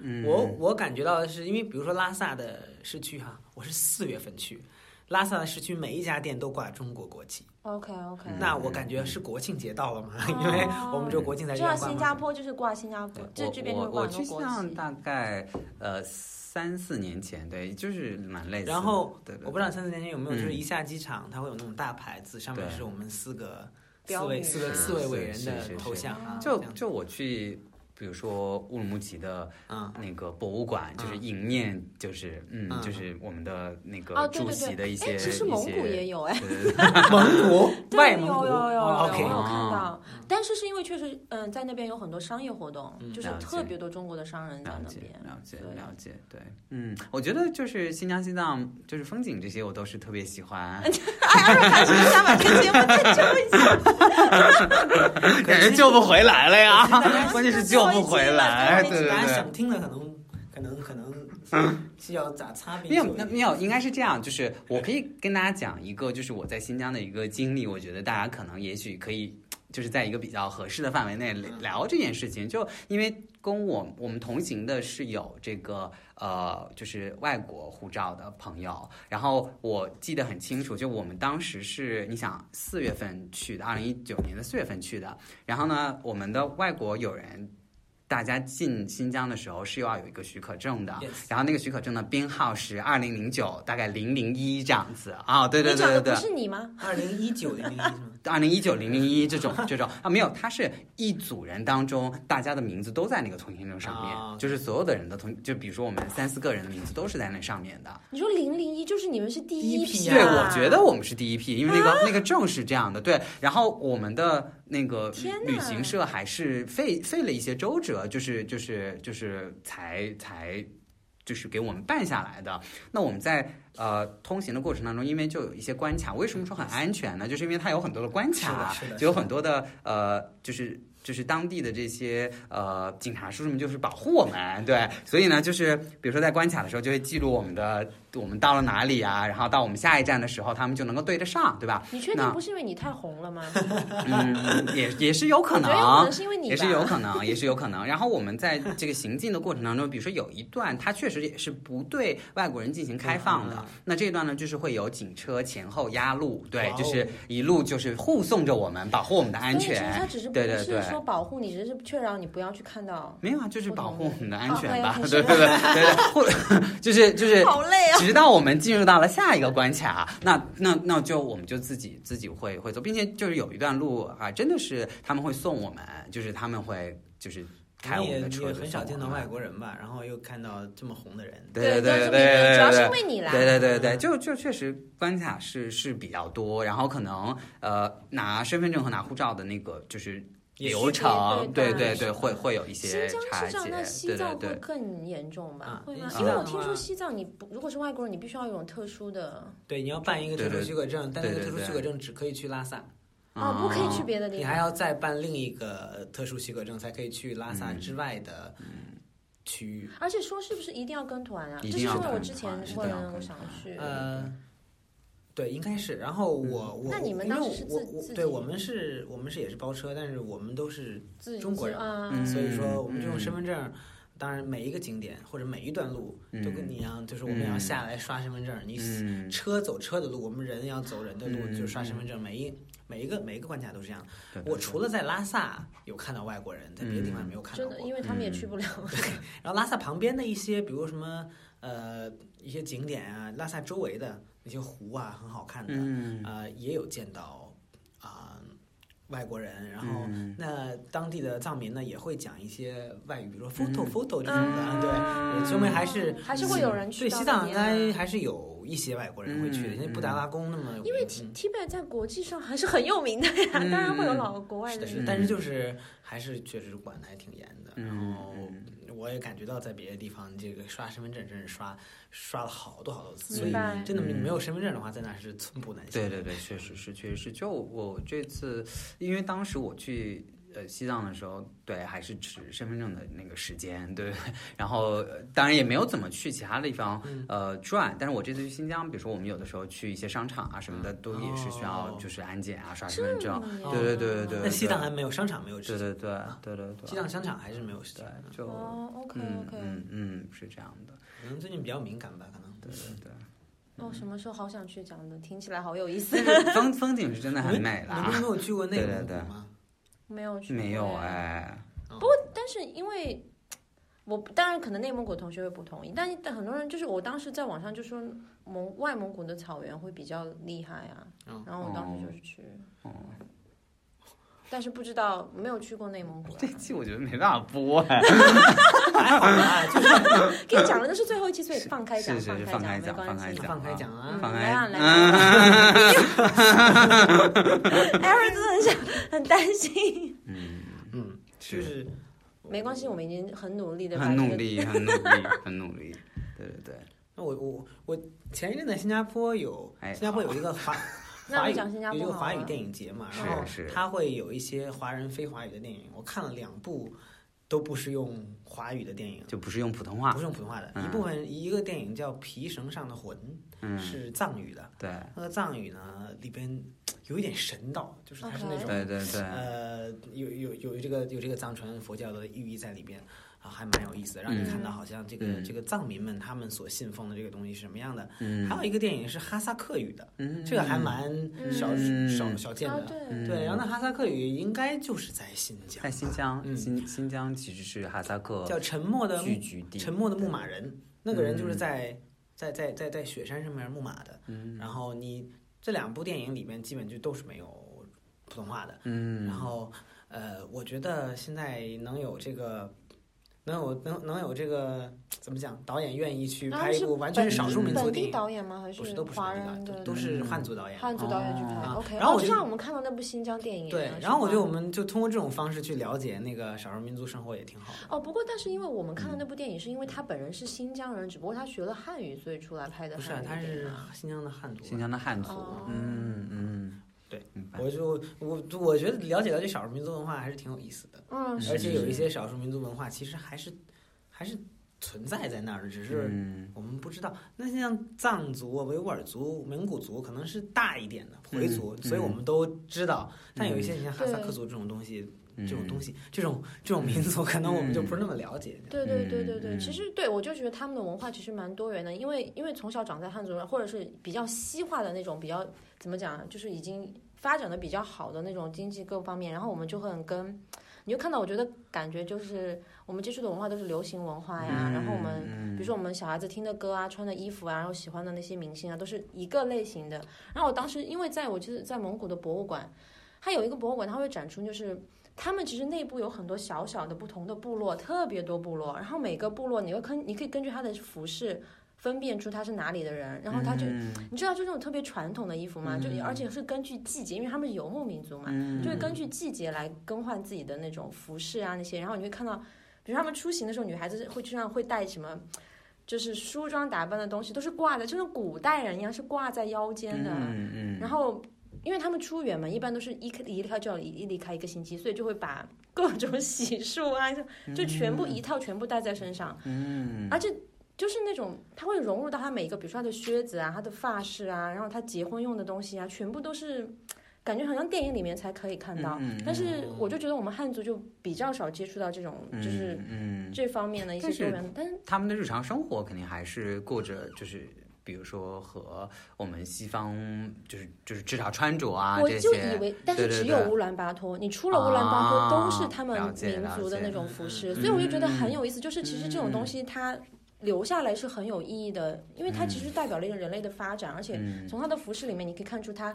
Speaker 1: 嗯
Speaker 3: 我我感觉到的是，因为比如说拉萨的市区哈、我是四月份去，拉萨的市区每一家店都挂中国国旗，
Speaker 2: OK OK，
Speaker 1: 嗯
Speaker 3: 那我感觉是国庆节到了嘛，因为我们只有国庆才
Speaker 2: 就
Speaker 3: 这样
Speaker 2: 像哦
Speaker 3: 挂
Speaker 2: 新
Speaker 3: 嘛。
Speaker 2: 加坡就是挂新加坡，这
Speaker 1: 我
Speaker 2: 这边就
Speaker 1: 我
Speaker 2: 是
Speaker 1: 我
Speaker 2: 挂很多
Speaker 1: 去
Speaker 2: 国
Speaker 1: 新疆。
Speaker 2: 旗
Speaker 1: 大概呃三四年前，对，就是蛮类似的。
Speaker 3: 然后
Speaker 1: 对对，
Speaker 3: 我不知道三四年前有没
Speaker 1: 嗯
Speaker 3: 有，就是一下机场它会有那种大牌子，上面是我们四个四
Speaker 2: 标
Speaker 3: 位
Speaker 2: 语
Speaker 3: 四个
Speaker 2: 啊
Speaker 3: 四位伟人
Speaker 1: 是是是
Speaker 3: 的头像啊，
Speaker 1: 就
Speaker 3: 这样
Speaker 1: 就我去，比如说乌鲁木齐的
Speaker 3: 嗯
Speaker 1: 那个博物馆，就是迎面就是嗯
Speaker 3: 嗯
Speaker 1: 就是我们的那个
Speaker 2: 哦，对
Speaker 1: 呃主席
Speaker 2: 对
Speaker 1: 的
Speaker 2: 对，
Speaker 1: 一些，
Speaker 2: 哎，其实
Speaker 1: 一
Speaker 2: 蒙
Speaker 1: 些
Speaker 2: 古也有哎。
Speaker 1: 对对
Speaker 3: 蒙古
Speaker 2: 对
Speaker 3: 外蒙古
Speaker 2: 有有有有有
Speaker 3: 哦
Speaker 2: 我
Speaker 3: ，OK，
Speaker 2: 有
Speaker 1: 嗯
Speaker 2: 看到，但是是因为确实，嗯，在那边有很多商业活动，
Speaker 3: 嗯
Speaker 2: 就是
Speaker 1: 了解
Speaker 2: 特别多中国的商人在
Speaker 1: 了
Speaker 2: 那
Speaker 1: 解
Speaker 2: 边，
Speaker 1: 了解
Speaker 2: 对
Speaker 1: 了解，对，嗯，我觉得就是新疆、西藏，就是风景这些，我都是特别喜欢，
Speaker 2: 哎，二位还是想把这个节目 再救一下，
Speaker 1: 感觉救不回来了呀，
Speaker 3: 大家
Speaker 1: 关键是救不回来，
Speaker 2: 可
Speaker 1: 哎对
Speaker 2: 惜
Speaker 1: 对
Speaker 3: 大家
Speaker 1: 对
Speaker 3: 想听的可能可能是要咋擦边
Speaker 1: 没
Speaker 3: 球？
Speaker 1: 有，那没有，应该是这样，就是我可以跟大家讲一个，就是我在新疆的一个经历，我觉得大家可能也许可以。就是在一个比较合适的范围内聊这件事情，就因为跟我我们同行的是有这个呃，就是外国护照的朋友，然后我记得很清楚，就我们当时是你想四月份去的，二零一九年的四月份去的，然后呢，我们的外国友人。大家进新疆的时候是要有一个许可证的
Speaker 3: Yes
Speaker 1: 然后那个许可证的编号是二零零九，大概零零一这样子啊、对对
Speaker 2: 你
Speaker 1: 对
Speaker 2: 讲
Speaker 1: 对
Speaker 2: 的
Speaker 1: 对
Speaker 2: 不，是你吗？
Speaker 3: 二零一九零零一吗？
Speaker 1: 二零一九零零一这种这种啊，没有，他是一组人当中，大家的名字都在那个通行证上面，
Speaker 3: 啊
Speaker 1: 就是所有的人的通，就比如说我们三四个人的名字都是在那上面的。
Speaker 2: 你说零零一就是你们是第
Speaker 3: 第一
Speaker 2: 批
Speaker 3: 批
Speaker 2: 啊？
Speaker 3: 呀
Speaker 1: 对，我觉得我们是第一批，因为那个、那个证是这样的，对。然后我们的那个
Speaker 2: 天哪
Speaker 1: 旅行社还是费费了一些周折，就是就是就是才才就是给我们办下来的。那我们在呃通行的过程当中，因为就有一些关卡，为什么说很安全呢？就是因为它有很多的关卡
Speaker 3: 是的是，的
Speaker 1: 就有很多的呃就是。就是当地的这些呃警察叔叔们，就是保护我们，对，所以呢，就是比如说在关卡的时候，就会记录我们的我们到了哪里啊，然后到我们下一站的时候，他们就能够对得上，对吧？
Speaker 2: 你确定
Speaker 1: 那
Speaker 2: 不是因为你太 红了吗？
Speaker 1: 嗯，也也是有可
Speaker 2: 我觉得有可
Speaker 1: 能
Speaker 2: 能，是因为你吧
Speaker 1: 也是有可能，也是有可能。然后我们在这个行进的过程当中，比如说有一段，它确实也是不对外国人进行开放的
Speaker 3: 嗯。
Speaker 1: 那这一段呢，就是会有警车前后压路，对
Speaker 3: 哇，哦
Speaker 1: 就是一路就是护送着我们，保护我们的安
Speaker 2: 所以其实
Speaker 1: 全
Speaker 2: 他。只是不
Speaker 1: 对对
Speaker 2: 是
Speaker 1: 对
Speaker 2: 说保护你，只是确让你不要去看到。
Speaker 1: 没有啊，就是保护我们的安全吧，
Speaker 2: 哦
Speaker 1: 对
Speaker 2: 对
Speaker 1: 对对对对，或者 就是就是
Speaker 2: 好累啊！
Speaker 1: 直到我们进入到了下一个关卡，那那那就我们就自己自己会会走，并且就是有一段路啊，真的是他们会送我们，就是他们会就是 开我
Speaker 3: 你
Speaker 1: 们
Speaker 3: 也
Speaker 1: 的
Speaker 3: 你
Speaker 1: 车
Speaker 3: 也
Speaker 1: 子送我们，
Speaker 3: 很少见到外国人吧？然后又看到这么红的人，
Speaker 1: 对
Speaker 2: 对
Speaker 1: 对对
Speaker 2: 就是因为
Speaker 1: 对，
Speaker 2: 主要是嗯
Speaker 1: 对
Speaker 2: 因为你啦。
Speaker 1: 对对对对，就就确实关卡是是比较多，然后可能呃拿身份证和拿护照的那个就是
Speaker 3: 也是
Speaker 1: 流程，
Speaker 2: 对
Speaker 1: 对
Speaker 2: 对
Speaker 1: 对
Speaker 3: 对
Speaker 1: 对，会会有一
Speaker 2: 新
Speaker 1: 些
Speaker 2: 疆
Speaker 1: 差
Speaker 2: 是这样，那
Speaker 1: 别，
Speaker 2: 西
Speaker 1: 对对
Speaker 2: 藏会
Speaker 1: 对。
Speaker 2: 更严重吧
Speaker 3: 啊？
Speaker 2: 会吗？
Speaker 3: 西
Speaker 2: 因为我
Speaker 3: 藏的
Speaker 2: 听说
Speaker 3: 话
Speaker 2: 西藏你不如果是外国人，你必须要有一种特殊的
Speaker 3: 对，你要办一个特
Speaker 1: 对
Speaker 3: 殊
Speaker 1: 对
Speaker 3: 许可证，但那个
Speaker 1: 对对
Speaker 3: 特殊
Speaker 1: 对
Speaker 3: 许可证只可以去拉萨，
Speaker 2: 啊，不可以去
Speaker 1: 嗯
Speaker 2: 别的地
Speaker 3: 你
Speaker 2: 方
Speaker 3: 还。要再办另一个特殊许可证才可以去拉萨之外的区域。
Speaker 2: 而且说是不是一定要跟团啊？
Speaker 1: 一
Speaker 2: 这是
Speaker 1: 定要
Speaker 2: 因为我
Speaker 1: 跟
Speaker 2: 之前
Speaker 1: 团是的要
Speaker 2: 问，
Speaker 1: 跟
Speaker 2: 我想去。
Speaker 3: 呃，对，应该是。然后我
Speaker 2: 嗯
Speaker 3: 我
Speaker 2: 那你们
Speaker 3: 因为
Speaker 2: 当时是
Speaker 3: 我
Speaker 2: 自
Speaker 3: 我
Speaker 2: 自
Speaker 3: 对
Speaker 2: 己
Speaker 3: 我们是我们是也是包车，但是我们都是
Speaker 2: 自己
Speaker 3: 中国人
Speaker 2: 啊，
Speaker 1: 嗯
Speaker 3: 所以说我们就用身份证。当然，每一个景点或者每一段路
Speaker 1: 嗯
Speaker 3: 都跟你一样，就是我们要下来刷身份证。你
Speaker 1: 嗯，
Speaker 3: 车走车的路，我们人要走人的路，
Speaker 1: 嗯
Speaker 3: 就刷身份证。每一每一个每一个关卡都是这样。
Speaker 1: 对对
Speaker 3: 我
Speaker 1: 对
Speaker 3: 除了在拉萨有看到外国人，在别的地方也没有看到
Speaker 2: 真
Speaker 3: 过
Speaker 2: 的，。因为他们也去不了。
Speaker 3: 然后拉萨旁边的一些，比如什么呃一些景点啊，拉萨周围的那些湖啊，很好看的，
Speaker 1: 嗯
Speaker 3: 呃也有见到啊、外国人，然后。
Speaker 1: 嗯
Speaker 3: 那当地的藏民呢，也会讲一些外语，比如说 photo、
Speaker 1: 嗯
Speaker 3: photo 这种的，
Speaker 2: 啊
Speaker 3: 对，说明还是
Speaker 2: 嗯还是会有人去
Speaker 3: 对
Speaker 2: 到
Speaker 3: 西
Speaker 2: 那
Speaker 3: 藏应
Speaker 2: 边啊
Speaker 3: 该还是有一些外国人会去
Speaker 1: 嗯
Speaker 3: 的，因为布达拉宫那么有名
Speaker 2: 因为 T T 贝在国际上还是很有名的呀，
Speaker 1: 嗯
Speaker 2: 当然会有老国外
Speaker 3: 是的，是
Speaker 2: 人
Speaker 1: 嗯
Speaker 3: 的，但是就是还是确实管的还挺严的。
Speaker 1: 嗯
Speaker 3: 然后
Speaker 1: 嗯
Speaker 3: 我也感觉到在别的地方，这个刷身份证真是刷刷了好多好多次，所
Speaker 2: 明
Speaker 3: 以
Speaker 2: 白。
Speaker 3: 真的
Speaker 1: 嗯
Speaker 3: 没有身份证的话，在那是寸步难行。
Speaker 1: 对对对，确实是，确实是。就我这次，因为当时我去呃西藏的时候，对，还是指身份证的那个时间，对。 然后呃当然也没有怎么去其他地方
Speaker 3: 嗯
Speaker 1: 呃转，但是我这次去新疆，比如说我们有的时候去一些商场啊什么的，都也是需要
Speaker 3: 哦
Speaker 1: 就是安检啊、刷身份证。
Speaker 2: 嗯
Speaker 1: 对对对对对
Speaker 3: 那西藏还没有商场没有
Speaker 1: 对对
Speaker 3: 吃，
Speaker 1: 对对对对，
Speaker 3: 啊哦西藏商场还是没有吃。
Speaker 1: 对就
Speaker 2: 哦，OK
Speaker 1: 嗯
Speaker 2: OK，
Speaker 1: 嗯嗯是这样的，
Speaker 3: 可能最近比较敏感吧，可能。
Speaker 1: 对对 对。
Speaker 2: 哦，什么时候好想去讲的，听起来好有意思
Speaker 1: 但。是风风景是真的很美
Speaker 3: 你们
Speaker 1: 啦，
Speaker 3: 没有去过内
Speaker 1: 对
Speaker 3: 蒙
Speaker 1: 对
Speaker 3: 古
Speaker 1: 对
Speaker 3: 吗？
Speaker 2: 没有去，
Speaker 1: 没有。哎。
Speaker 2: 但是因为我当然可能内蒙古同学会不同意，但但很多人就是我当时在网上就说蒙外蒙古的草原会比较厉害啊，
Speaker 3: 嗯
Speaker 2: 然后我当时
Speaker 1: 哦
Speaker 2: 就是去，但是不知道没有去过内蒙古、啊
Speaker 1: 这，期我觉得没办法播哎，
Speaker 3: 还好吧，就是
Speaker 2: 可以讲了，那是最后一期，所以放开讲，
Speaker 1: 是是是
Speaker 2: 放
Speaker 1: 放开
Speaker 2: 开
Speaker 1: 讲放开
Speaker 2: 没关系。
Speaker 1: 讲
Speaker 3: 放开讲啊。
Speaker 1: 放
Speaker 2: 来
Speaker 1: 开
Speaker 2: 啊来
Speaker 1: 嗯
Speaker 2: 啊 ，Aaron 真的很想很担心，
Speaker 1: 嗯，
Speaker 3: 嗯，就是是
Speaker 2: 没关系，我们已经很努力的，
Speaker 1: 很努。 力，很努力，很努力，对对对，
Speaker 3: 那我我我前一阵在新加坡有，
Speaker 1: 哎
Speaker 3: 新加坡有一个华
Speaker 2: 那我
Speaker 3: 华
Speaker 2: 们
Speaker 3: 语
Speaker 2: 讲新加
Speaker 3: 有一
Speaker 2: 坡
Speaker 3: 个
Speaker 2: 好啊
Speaker 3: 华语
Speaker 2: 了
Speaker 3: 电影节嘛，
Speaker 1: 是
Speaker 3: 然后
Speaker 1: 是
Speaker 3: 它会有一些华人非华语的电影，我看了两部都不是用华语的电影，
Speaker 1: 就不是用普通话
Speaker 3: 不是，用普通话的。
Speaker 1: 嗯
Speaker 3: 一部分一个电影叫《皮绳上的魂》，是藏语的。
Speaker 1: 对
Speaker 3: 那个藏语呢，里边有一点神道，就是它是那
Speaker 2: OK
Speaker 3: 种
Speaker 1: 对对对，
Speaker 3: 呃，有有有这个有这个藏传佛教的寓意在里边啊，还蛮有意思的，让你看到好像这个、
Speaker 1: 嗯
Speaker 3: 这个藏民们他们所信奉的这个东西是什么样的。
Speaker 1: 嗯
Speaker 3: 还有一个电影是哈萨克语的，
Speaker 1: 嗯，
Speaker 3: 这个还蛮少、
Speaker 1: 嗯
Speaker 3: 少少见
Speaker 2: 啊
Speaker 3: 的。
Speaker 2: 对，
Speaker 3: 对，然后那哈萨克语应该就是在新疆吧，
Speaker 1: 在新疆，
Speaker 3: 嗯
Speaker 1: 新新疆其实是哈萨克
Speaker 3: 叫沉默的
Speaker 1: 聚居地，
Speaker 3: 沉默的牧马人，那个人就是
Speaker 1: 嗯
Speaker 3: 在、在在在在雪山上面牧马的。然后你这两部电影里面基本就都是没有普通话的。
Speaker 1: 嗯，
Speaker 3: 然后呃，我觉得现在能有这个。能有能能有这个怎么讲？导演愿意去
Speaker 2: 然后
Speaker 3: 拍一
Speaker 2: 啊是
Speaker 3: 部完全是少数民族的
Speaker 2: 本
Speaker 3: 电
Speaker 2: 地
Speaker 3: 影，
Speaker 2: 导演吗？还
Speaker 3: 不是都不是
Speaker 2: 华
Speaker 3: 本地导
Speaker 2: 人
Speaker 3: 演，
Speaker 2: 的
Speaker 3: 都都
Speaker 1: 嗯
Speaker 3: 是汉族导演。
Speaker 2: 汉族导演去拍
Speaker 1: 哦
Speaker 2: ？OK，
Speaker 3: 然后
Speaker 2: 哦
Speaker 3: 我
Speaker 2: 就
Speaker 3: 就
Speaker 2: 像我们看到那部新疆电影一
Speaker 3: 对
Speaker 2: 样，
Speaker 3: 然后我
Speaker 2: 是
Speaker 3: 觉得
Speaker 2: 吧
Speaker 3: 我们就通过这种方式去了解那个少数民族生活也挺好的。
Speaker 2: 哦，不过但是因为我们看到那部电影，是因为他本人是新疆人，只不过他学了汉语，所以出来拍的
Speaker 3: 不是
Speaker 2: 汉
Speaker 3: 啊，
Speaker 2: 语
Speaker 3: 他
Speaker 2: 电影
Speaker 3: 是
Speaker 2: 啊
Speaker 3: 新疆的汉族啊，
Speaker 1: 新疆的汉族
Speaker 2: 哦，
Speaker 1: 嗯嗯，
Speaker 3: 对
Speaker 1: 明白，
Speaker 3: 我就我我觉得了解了解少数民族文化还是挺有意思的，
Speaker 2: 嗯，
Speaker 3: 而
Speaker 2: 是
Speaker 3: 且有一些少数民族文化其实还是还是存在在那儿的，只是
Speaker 1: 嗯
Speaker 3: 我们不知道。那像藏族、啊维吾尔族、蒙古族可能是大一点的回族，
Speaker 1: 嗯
Speaker 3: 所以我们都知道。但有一些你像哈萨
Speaker 2: 对
Speaker 3: 克族这种东西，
Speaker 1: 嗯
Speaker 3: 这种东西，这种这种民族，可能我们就不是那么了解。
Speaker 2: 对对对对
Speaker 1: 嗯
Speaker 2: 对，
Speaker 1: 嗯
Speaker 2: 其实对我就觉得他们的文化其实蛮多元的，因为因为从小长在汉族人，或者是比较西化的那种，比较怎么讲啊，就是已经发展的比较好的那种经济各方面，然后我们就会很跟，你就看到我觉得感觉就是我们接触的文化都是流行文化
Speaker 1: 嗯
Speaker 2: 呀，然后我们
Speaker 1: 们
Speaker 2: 比如说我们小孩子听的歌啊、穿的衣服啊，然后喜欢的那些明星啊，都是一个类型的。然后我当时因为在我就是在蒙古的博物馆，它有一个博物馆，它会展出就是。他们其实内部有很多小小的不同的部落，特别多部落。然后每个部落，你会根你可以根据他的服饰分辨出他是哪里的人。然后他就，
Speaker 1: 嗯
Speaker 2: 你知道就这种特别传统的衣服吗？就而且是根据季节，因为他们是游牧民族嘛，
Speaker 1: 嗯
Speaker 2: 就会根据季节来更换自己的那种服饰啊那些，然后你会看到，比如他们出行的时候，女孩子会经常会带什么，就是梳妆打扮的东西都是挂的，就跟古代人一样是挂在腰间的。
Speaker 1: 嗯嗯，
Speaker 2: 然后，因为他们出远门一般都是一开一离开就要一一离开一个星期，所以就会把 各种洗漱啊，就就全部一套全部带在身上，
Speaker 1: 嗯
Speaker 2: 而且。就是那种，他会融入到他每一个，比如说他的靴子啊，他的发饰啊，然后他结婚用的东西啊，全部都是，感觉好像电影里面才可以看到。
Speaker 1: 嗯嗯
Speaker 2: 但是我就觉得我们汉族就比较少接触到这种，就是
Speaker 1: 嗯，嗯
Speaker 2: 这方面的一些
Speaker 1: 但是
Speaker 2: 多元。但是
Speaker 1: 他们的日常生活肯定还是过着就是。比如说和我们西方就是就是至少穿着啊
Speaker 2: 我
Speaker 1: 这
Speaker 2: 就
Speaker 1: 些
Speaker 2: 以，为，但是
Speaker 1: 对对
Speaker 2: 只
Speaker 1: 对
Speaker 2: 有乌兰巴托，你出了乌兰巴托
Speaker 1: 啊
Speaker 2: 都是他们
Speaker 1: 了解
Speaker 2: 民族的
Speaker 1: 了解
Speaker 2: 那种服
Speaker 1: 嗯
Speaker 2: 饰，所以我就觉得很
Speaker 1: 嗯
Speaker 2: 有意思。就是其实这种东西它留下来是很有意义的，因为它其实代表了一个人类的发展，而且
Speaker 1: 嗯
Speaker 2: 从它的服饰里面，你可以看出它，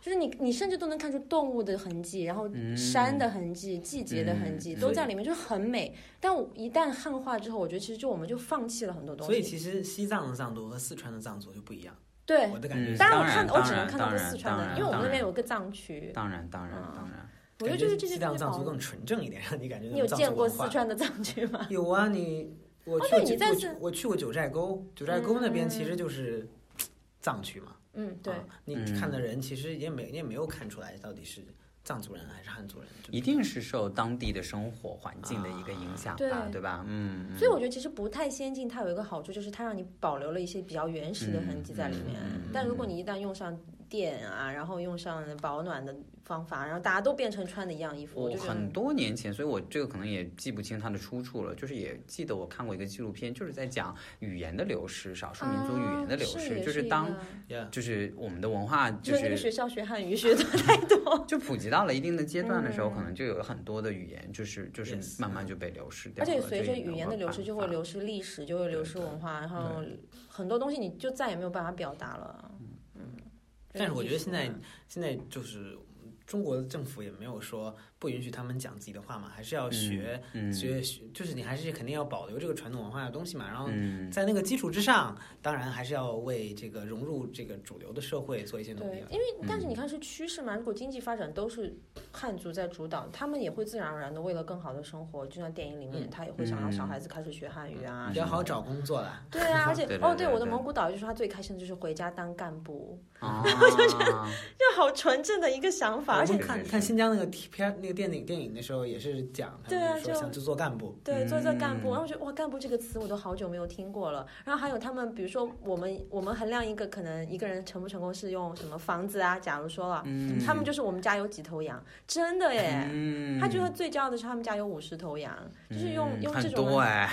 Speaker 2: 就是你你甚至都能看出动物的痕迹，然后山的痕迹、季节的痕迹
Speaker 1: 嗯
Speaker 2: 都在里面，就是很美。但我一旦汉化之后，我觉得其实就我们就放弃了很多东
Speaker 3: 所以
Speaker 2: 西。
Speaker 3: 其实西藏的藏族和四川的藏族就不一样，
Speaker 2: 对，
Speaker 3: 我的感
Speaker 1: 嗯
Speaker 3: 觉是。
Speaker 2: 当然我
Speaker 1: 当然
Speaker 2: 看我只
Speaker 1: 当
Speaker 2: 能
Speaker 1: 然
Speaker 2: 看到
Speaker 1: 当
Speaker 2: 过
Speaker 1: 然
Speaker 2: 四川
Speaker 1: 当
Speaker 2: 的，
Speaker 1: 然
Speaker 2: 因为我们
Speaker 1: 当
Speaker 2: 那边
Speaker 1: 然
Speaker 2: 有个藏区，
Speaker 1: 嗯当然当然当然，
Speaker 2: 我就
Speaker 3: 感觉
Speaker 2: 觉得这些
Speaker 3: 西
Speaker 2: 东
Speaker 3: 藏
Speaker 2: 西
Speaker 3: 藏
Speaker 2: 保
Speaker 3: 族
Speaker 2: 留
Speaker 3: 更纯正一点，让你感觉
Speaker 2: 你有
Speaker 3: 藏
Speaker 2: 见
Speaker 3: 族
Speaker 2: 过
Speaker 3: 文
Speaker 2: 四
Speaker 3: 化
Speaker 2: 川的藏区吗？
Speaker 3: 有啊，你我
Speaker 2: 哦
Speaker 3: 去
Speaker 2: 对
Speaker 3: 过
Speaker 2: 你
Speaker 3: 九
Speaker 2: 在
Speaker 3: 我
Speaker 2: 四
Speaker 3: 去我去过九寨沟，九寨沟那边其实就是藏区嘛。
Speaker 2: 嗯，对
Speaker 3: 啊，你
Speaker 1: 嗯
Speaker 3: 看的人其实也没也没有看出来到底是藏族人还是汉族人，就
Speaker 1: 一定是受当地的生活环境的一个影响吧，
Speaker 2: 啊
Speaker 1: 对吧？嗯，
Speaker 2: 所以我觉得其实不太先进，它有一个好处就是它让你保留了一些比较原始的痕迹在里面。
Speaker 1: 嗯嗯嗯
Speaker 2: 但如果你一旦用上电啊，然后用上保暖的方法，然后大家都变成穿的一样衣服，我
Speaker 1: 我
Speaker 2: 就觉得
Speaker 1: 哦很多年前，所以我这个可能也记不清它的出处了，就是也记得我看过一个纪录片，就是在讲语言的流失，少数民族语言的流
Speaker 2: 啊
Speaker 1: 失，
Speaker 2: 也
Speaker 1: 就是
Speaker 2: 一
Speaker 1: 当
Speaker 2: 个
Speaker 3: ，yeah，
Speaker 1: 就是我们的文化
Speaker 2: 就
Speaker 1: 就是
Speaker 2: 那个
Speaker 1: 是
Speaker 2: 学校学汉语学的太多，
Speaker 1: 就普及到了一定的阶段的时候，
Speaker 2: 嗯
Speaker 1: 可能就有很多的语言就是就是
Speaker 3: Yes
Speaker 1: 慢慢就被流失掉
Speaker 2: 而
Speaker 1: 了，
Speaker 2: 且随
Speaker 1: 这
Speaker 2: 着
Speaker 1: 也没
Speaker 2: 语
Speaker 1: 有
Speaker 2: 言的流失，
Speaker 1: 办
Speaker 2: 就会
Speaker 1: 法
Speaker 2: 流失历史，就会流失文化，然后很多东西你就再也没有办法表达了。嗯，
Speaker 3: 但是我觉得现在
Speaker 2: 嗯
Speaker 3: 现在就是中国的政府也没有说不允许他们讲自己的话嘛，还是要学、
Speaker 1: 嗯
Speaker 3: 学学，就是你还是肯定要保留这个传统文化的东西嘛，然后。
Speaker 1: 嗯。
Speaker 3: 在那个基础之上，当然还是要为这个融入这个主流的社会做一嗯些努力
Speaker 2: 对
Speaker 3: 了，。
Speaker 2: 因为但是你看是趋势嘛，如果经济发展都是汉族在主导，他们也会自然而然的为了更好的生活，就像电影里
Speaker 3: 嗯
Speaker 2: 面，他也会想让小孩子开始学汉语啊
Speaker 3: 比。较好找工作啦。
Speaker 2: 对 啊，而且
Speaker 1: 对对
Speaker 2: 哦，
Speaker 1: 对
Speaker 2: 对，我的
Speaker 1: 对
Speaker 2: 蒙古导 游就说他最开心的就是回家当干部，
Speaker 1: 啊
Speaker 2: 就好纯正的一个想法，而且
Speaker 1: 对
Speaker 3: 看
Speaker 1: 对
Speaker 3: 看
Speaker 1: 是
Speaker 3: 新疆那个片那个电影电影的时候，也是讲他
Speaker 2: 对啊
Speaker 3: 们说
Speaker 2: 就
Speaker 3: 想去做干部，
Speaker 2: 对，做做干部，
Speaker 1: 嗯
Speaker 2: 然后我觉得哇，干部这个词我都好久没有听过了。然后还有他们，比如说我们我们衡量一个可能一个人成不成功是用什么房子啊，假如说了，
Speaker 1: 嗯
Speaker 2: 他们就是我们家有几头羊，真的耶。
Speaker 1: 嗯，
Speaker 2: 他觉得最骄傲的是他们家有五十头羊，就是用、
Speaker 1: 嗯
Speaker 2: 用这
Speaker 1: 很
Speaker 2: 种
Speaker 1: 多哎，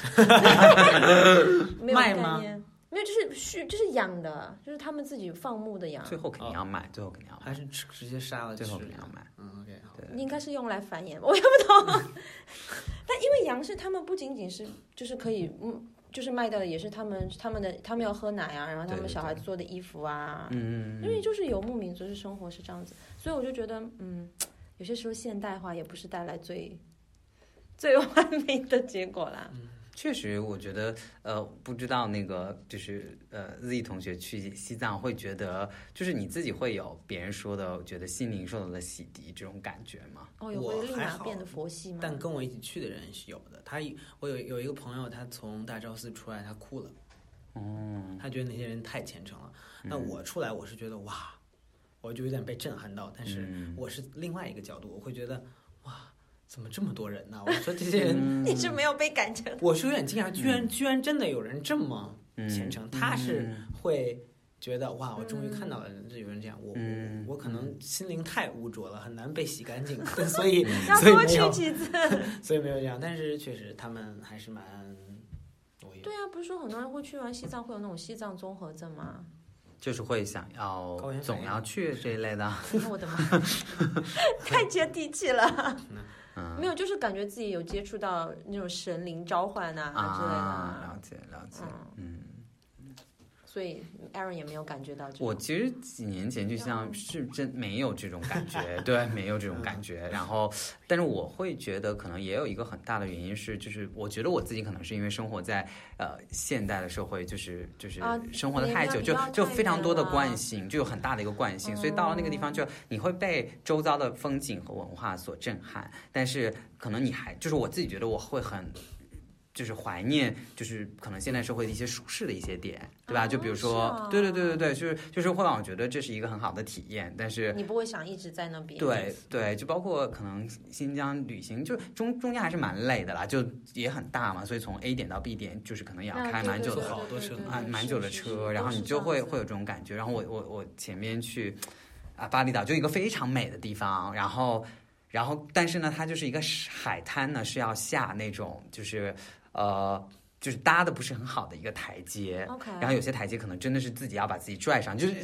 Speaker 2: 没有概
Speaker 3: 卖吗
Speaker 2: 念，没有就是畜就是养的，就是他们自己放牧的羊，
Speaker 1: 最后肯定要买，最后肯定要
Speaker 3: 哦还
Speaker 1: 买，
Speaker 3: 是吃直接杀了吃
Speaker 1: 最？后肯定要买。
Speaker 3: 嗯，OK，好。
Speaker 1: 对
Speaker 2: 应该是用
Speaker 3: 嗯
Speaker 2: 来繁衍吧，我也不懂。 但因为羊是他们不仅仅是就是可以嗯。就是卖掉的也是他们，他们的他们要喝奶啊，然后他
Speaker 1: 对
Speaker 2: 们
Speaker 1: 对
Speaker 2: 小孩
Speaker 1: 对
Speaker 2: 做的衣服啊，
Speaker 1: 嗯，
Speaker 2: 因为就是游牧民族是生活是这样子，所以我就觉得，嗯，有些时候现代化也不是带来最最完美的结果啦。
Speaker 3: 嗯
Speaker 1: 确实，我觉得呃，不知道那个就是呃，Z 同学去西藏会觉得，就是你自己会有别人说的，觉得心灵受到了洗涤这种感觉吗？
Speaker 2: 哦，有
Speaker 3: 我
Speaker 2: 会立
Speaker 3: 还
Speaker 2: 马
Speaker 3: 好
Speaker 2: 变得佛系吗？
Speaker 3: 但跟我一起去的人是有的。他我有有一个朋友，他从大昭寺出来，他哭了。哦，
Speaker 1: 嗯
Speaker 3: 他觉得那些人太虔诚了。那我出来，我是觉得哇，我就有点被震撼到。但是
Speaker 1: 嗯
Speaker 3: 我是另外一个角度，我会觉得哇，怎么这么多人呢、我说这些 人，
Speaker 2: 你是没有被感成
Speaker 3: 我是有点惊讶，居然居然真的有人这么虔诚。他是
Speaker 1: 嗯
Speaker 3: 会。觉得哇，我终于
Speaker 2: 嗯
Speaker 3: 看到了有人这样，我
Speaker 1: 嗯
Speaker 3: 我我可能心灵太污浊了，很 难被洗干净，所以
Speaker 2: 要
Speaker 3: 所以
Speaker 2: 多
Speaker 3: 没
Speaker 2: 去
Speaker 3: 有
Speaker 2: 几 次。
Speaker 3: 所以没有这样，但是确实他们还是蛮，我也
Speaker 2: 对啊，不是说很多人会去完西藏会有那种西藏综合症吗？
Speaker 1: 就是会想要
Speaker 3: 高原反
Speaker 1: 总
Speaker 3: 应
Speaker 1: 要去这一类的，
Speaker 2: 我的妈， 太接地气了。
Speaker 1: 嗯
Speaker 2: 没有，就是感觉自己有接触到那种神灵召唤啊之类的
Speaker 1: 啊，
Speaker 2: 啊。
Speaker 1: 了解了解。
Speaker 2: 嗯，
Speaker 1: 嗯，
Speaker 2: 所以 Aaron 也没有感觉到这种。
Speaker 1: 我其实几年前就
Speaker 2: 嗯
Speaker 1: 像是真没有这种感 觉，对，没有这种感觉。然后，但是我会觉得可能也有一个很大的原因是，就是我觉得我自己可能是因为生活在呃现代的社会，就是就是
Speaker 2: 啊
Speaker 1: 生活的
Speaker 2: 你
Speaker 1: 太
Speaker 2: 要
Speaker 1: 久，
Speaker 2: 你
Speaker 1: 就
Speaker 2: 要
Speaker 1: 就
Speaker 2: 太
Speaker 1: 非常
Speaker 2: 远
Speaker 1: 多的
Speaker 2: 了嗯
Speaker 1: 惯性，就有很大的一个惯性，所以到了那个地方就你会被周遭的风景和文化所震撼，但是可能你还就是我自己觉得我会很。就是怀念，就是可能现代社会的一些舒适的一些点，对吧？
Speaker 2: 哦
Speaker 1: 就比如说
Speaker 2: 是啊，
Speaker 1: 对对对对对，就是就是会让我觉得这是一个很好的体验，但是。
Speaker 2: 你不会想一直在那边。
Speaker 1: 对对，就包括可能新疆旅行，就中中间还是蛮累的啦，就也很大嘛，所以从 A 点到 B 点，就是可能也要
Speaker 2: 啊
Speaker 1: 开
Speaker 2: 对
Speaker 1: 蛮
Speaker 2: 对
Speaker 1: 久
Speaker 2: 对
Speaker 1: 的
Speaker 2: 对
Speaker 3: 好多
Speaker 2: 对
Speaker 3: 车
Speaker 2: 对
Speaker 1: 蛮
Speaker 2: 对
Speaker 1: 蛮
Speaker 2: 是
Speaker 1: 久的
Speaker 2: 是
Speaker 1: 车，
Speaker 2: 是
Speaker 1: 然后
Speaker 2: 都
Speaker 1: 你
Speaker 2: 是
Speaker 1: 就
Speaker 2: 这
Speaker 1: 会
Speaker 2: 样子
Speaker 1: 会有这种感觉。然后我我我前面去啊巴厘岛就一个非常美的地方，然后然后但是呢，它就是一个海滩呢是要下那种就是呃就是搭的不是很好的一个台阶。
Speaker 2: OK，
Speaker 1: 然后有些台阶可能真的是自己要把自己拽上，就是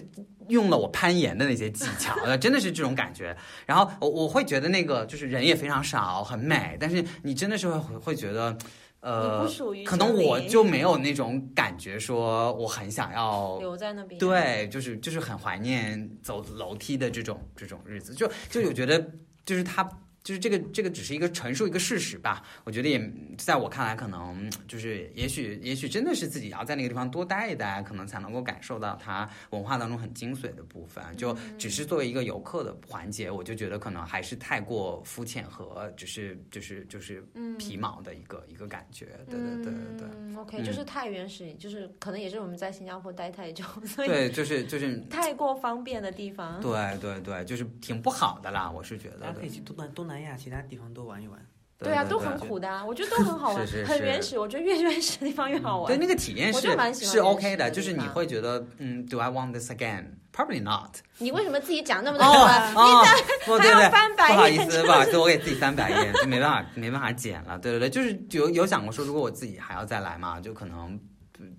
Speaker 1: 用了我攀岩的那些技巧，呃真的是这种感觉。然后我我会觉得那个就是人也非常少，很美，但是你真的是会会会觉得，呃，
Speaker 2: 你不属于
Speaker 1: 可能
Speaker 2: 这里
Speaker 1: 我就没有那种感觉，说我很想要。
Speaker 2: 留在那边。，
Speaker 1: 对，就是就是很怀念走楼梯的这种这种日子，就就有觉得就是他就是这个这个只是一个陈述一个事实吧，我觉得也在我看来可能就是也许也许真的是自己要在那个地方多待一待，可能才能够感受到它文化当中很精髓的部分，就
Speaker 2: 嗯
Speaker 1: 只是作为一个游客的环节，我就觉得可能还是太过肤浅和只是就是就是皮毛的一个、一个感觉，对对对对对。
Speaker 2: 嗯，OK，就是太原始，就是可能也是我们在新加坡待太久，所以
Speaker 1: 对，就是就是
Speaker 2: 太过方便的地方。
Speaker 1: 对对对，就是挺不好的啦，我是觉
Speaker 3: 大家
Speaker 1: 得。
Speaker 3: 可以去东南东南亚其他地方多玩一玩。
Speaker 2: 对啊，都很
Speaker 1: 对
Speaker 2: 苦的啊，我觉得 都很好玩，
Speaker 1: 是是
Speaker 2: 很
Speaker 1: 是
Speaker 2: 原始。我觉得越原始的地方越好
Speaker 1: 对
Speaker 2: 玩。
Speaker 1: 那个体验
Speaker 2: 哎我
Speaker 1: 是
Speaker 2: 就蛮喜欢
Speaker 1: 是
Speaker 2: 原始
Speaker 1: OK 的，
Speaker 2: 的
Speaker 1: 就是
Speaker 2: 地
Speaker 1: 你
Speaker 2: 方
Speaker 1: 会觉得，嗯，Do I want this again? Probably not。
Speaker 2: 你为什么自己讲那么多
Speaker 1: 哦
Speaker 2: 话？
Speaker 1: 哦，不对
Speaker 2: 还要
Speaker 1: 对，
Speaker 2: 翻白
Speaker 1: 不好意
Speaker 2: 眼
Speaker 1: 思，不好意思，我给自己翻白眼，就没办法，没办法剪了。对对对，就是有有想过说，如果我自己还要再来嘛，就可能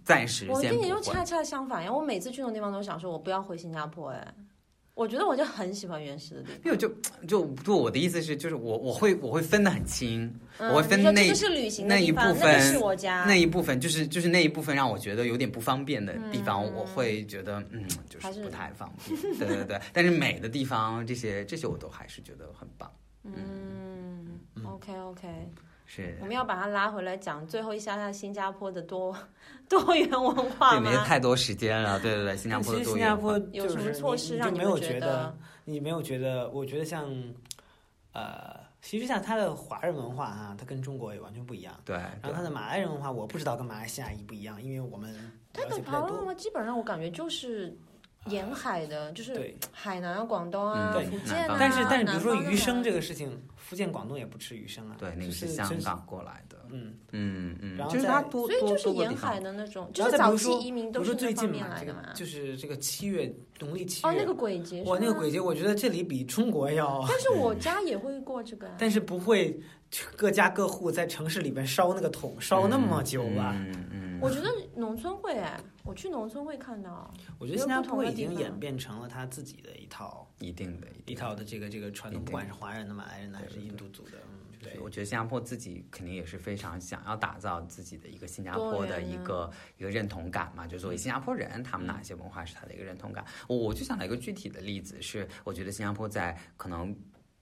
Speaker 1: 暂时
Speaker 2: 我
Speaker 1: 先
Speaker 2: 跟
Speaker 1: 不
Speaker 2: 你就
Speaker 1: 会。
Speaker 2: 恰恰相反呀！我每次去那种地方都想说，我不要回新加坡哎。我觉得我就很喜欢原始的地方。
Speaker 1: 因为就就就我的意思是，就是我我会我会分得很清，
Speaker 2: 嗯
Speaker 1: 我会分
Speaker 2: 你说
Speaker 1: 那
Speaker 2: 这个是旅行
Speaker 1: 那
Speaker 2: 的
Speaker 1: 一
Speaker 2: 地方，
Speaker 1: 部
Speaker 2: 那个
Speaker 1: 分
Speaker 2: 是我家，
Speaker 1: 那一
Speaker 3: 嗯
Speaker 1: 部分就是就是那一部分让我觉得有点不方便的地方，我会觉得嗯，就
Speaker 2: 还
Speaker 1: 是
Speaker 2: 是
Speaker 1: 不太方便。对对对，但是美的地方这些这些我都还是觉得很棒。
Speaker 2: 嗯，OK OK，
Speaker 1: 是
Speaker 2: 我，们要把它拉回来讲最后一下下新加坡的多 多元文化
Speaker 1: 也没
Speaker 2: 吗？
Speaker 1: 太多时间了。对对对，新加坡
Speaker 3: 其
Speaker 1: 的
Speaker 3: 实
Speaker 1: 多
Speaker 3: 啊新
Speaker 1: 元
Speaker 3: 加
Speaker 1: 化
Speaker 3: 坡
Speaker 2: 有
Speaker 3: 就
Speaker 2: 什么
Speaker 3: 是
Speaker 2: 措施
Speaker 3: 你
Speaker 2: 让
Speaker 3: 就
Speaker 2: 你
Speaker 3: 没
Speaker 2: 们
Speaker 3: 有
Speaker 2: 觉
Speaker 3: 觉
Speaker 2: 得
Speaker 3: 得你没有觉得？我觉得像呃，其实像它的华人文化啊，它跟中国也完全不一样。
Speaker 1: 对
Speaker 3: 然后它的马来人文化，我不了解比较多我不知道跟马来西亚一不一样，因为我们
Speaker 2: 它
Speaker 3: 了
Speaker 2: 的
Speaker 3: 解比
Speaker 2: 华
Speaker 3: 较
Speaker 2: 文
Speaker 3: 多。
Speaker 2: 化基本上我感觉就是沿海的，就是
Speaker 3: 对，
Speaker 2: 海南啊、广东啊、
Speaker 1: 嗯
Speaker 2: 福
Speaker 1: 对
Speaker 2: 建啊。
Speaker 1: 南方
Speaker 3: 但是但是比如说
Speaker 2: 南方的
Speaker 3: 鱼生
Speaker 2: 嘛
Speaker 3: 这个事情，福建、广东也不吃鱼生啊。
Speaker 1: 对，那个
Speaker 3: 就是
Speaker 1: 香。港过来的，
Speaker 3: 就是嗯，
Speaker 1: 嗯嗯，
Speaker 3: 然后
Speaker 1: 就是
Speaker 3: 再
Speaker 1: 它多
Speaker 2: 所以
Speaker 1: 多
Speaker 2: 就是
Speaker 1: 多个地
Speaker 2: 沿
Speaker 1: 方
Speaker 2: 海，的那种，就
Speaker 3: 然后
Speaker 2: 是
Speaker 3: 再比
Speaker 2: 早
Speaker 3: 如
Speaker 2: 期
Speaker 3: 说，
Speaker 2: 移民
Speaker 3: 比
Speaker 2: 都
Speaker 3: 如说
Speaker 2: 是
Speaker 3: 最
Speaker 2: 那方
Speaker 3: 近
Speaker 2: 面
Speaker 3: 嘛，
Speaker 2: 来
Speaker 3: 这
Speaker 2: 的
Speaker 3: 个
Speaker 2: 嘛。
Speaker 3: 就是这个七月农历七
Speaker 2: 哦，
Speaker 3: 月，
Speaker 2: 那个鬼节是
Speaker 3: 哇，那个
Speaker 2: 吗
Speaker 3: 鬼节，我觉得这里比中国 要，
Speaker 2: 但是我家也会过这个啊。
Speaker 3: 但是不会各家各户在城市里边烧那个桶烧那么久啊吧？
Speaker 1: 嗯嗯，
Speaker 2: 我觉得农村会哎，我去农村会看到。
Speaker 3: 我觉得新加坡已经演变成了他自己的一套
Speaker 1: 一定的，
Speaker 3: 一
Speaker 1: 定的
Speaker 3: 套的这个这个传统，
Speaker 1: 对
Speaker 3: 不管是华人的、马来人的还
Speaker 1: 对
Speaker 3: 是印度族的，嗯，
Speaker 1: 对
Speaker 3: 对，
Speaker 1: 我觉得新加坡自己肯定也是非常想要打造自己的一个新加坡
Speaker 2: 多
Speaker 1: 的
Speaker 2: 元
Speaker 1: 一
Speaker 2: 啊嗯
Speaker 1: 个一个认同感嘛，就作为新加坡人，他们哪些文化是他的一个认同感。我我就想到一个具体的例子是，我觉得新加坡在可能。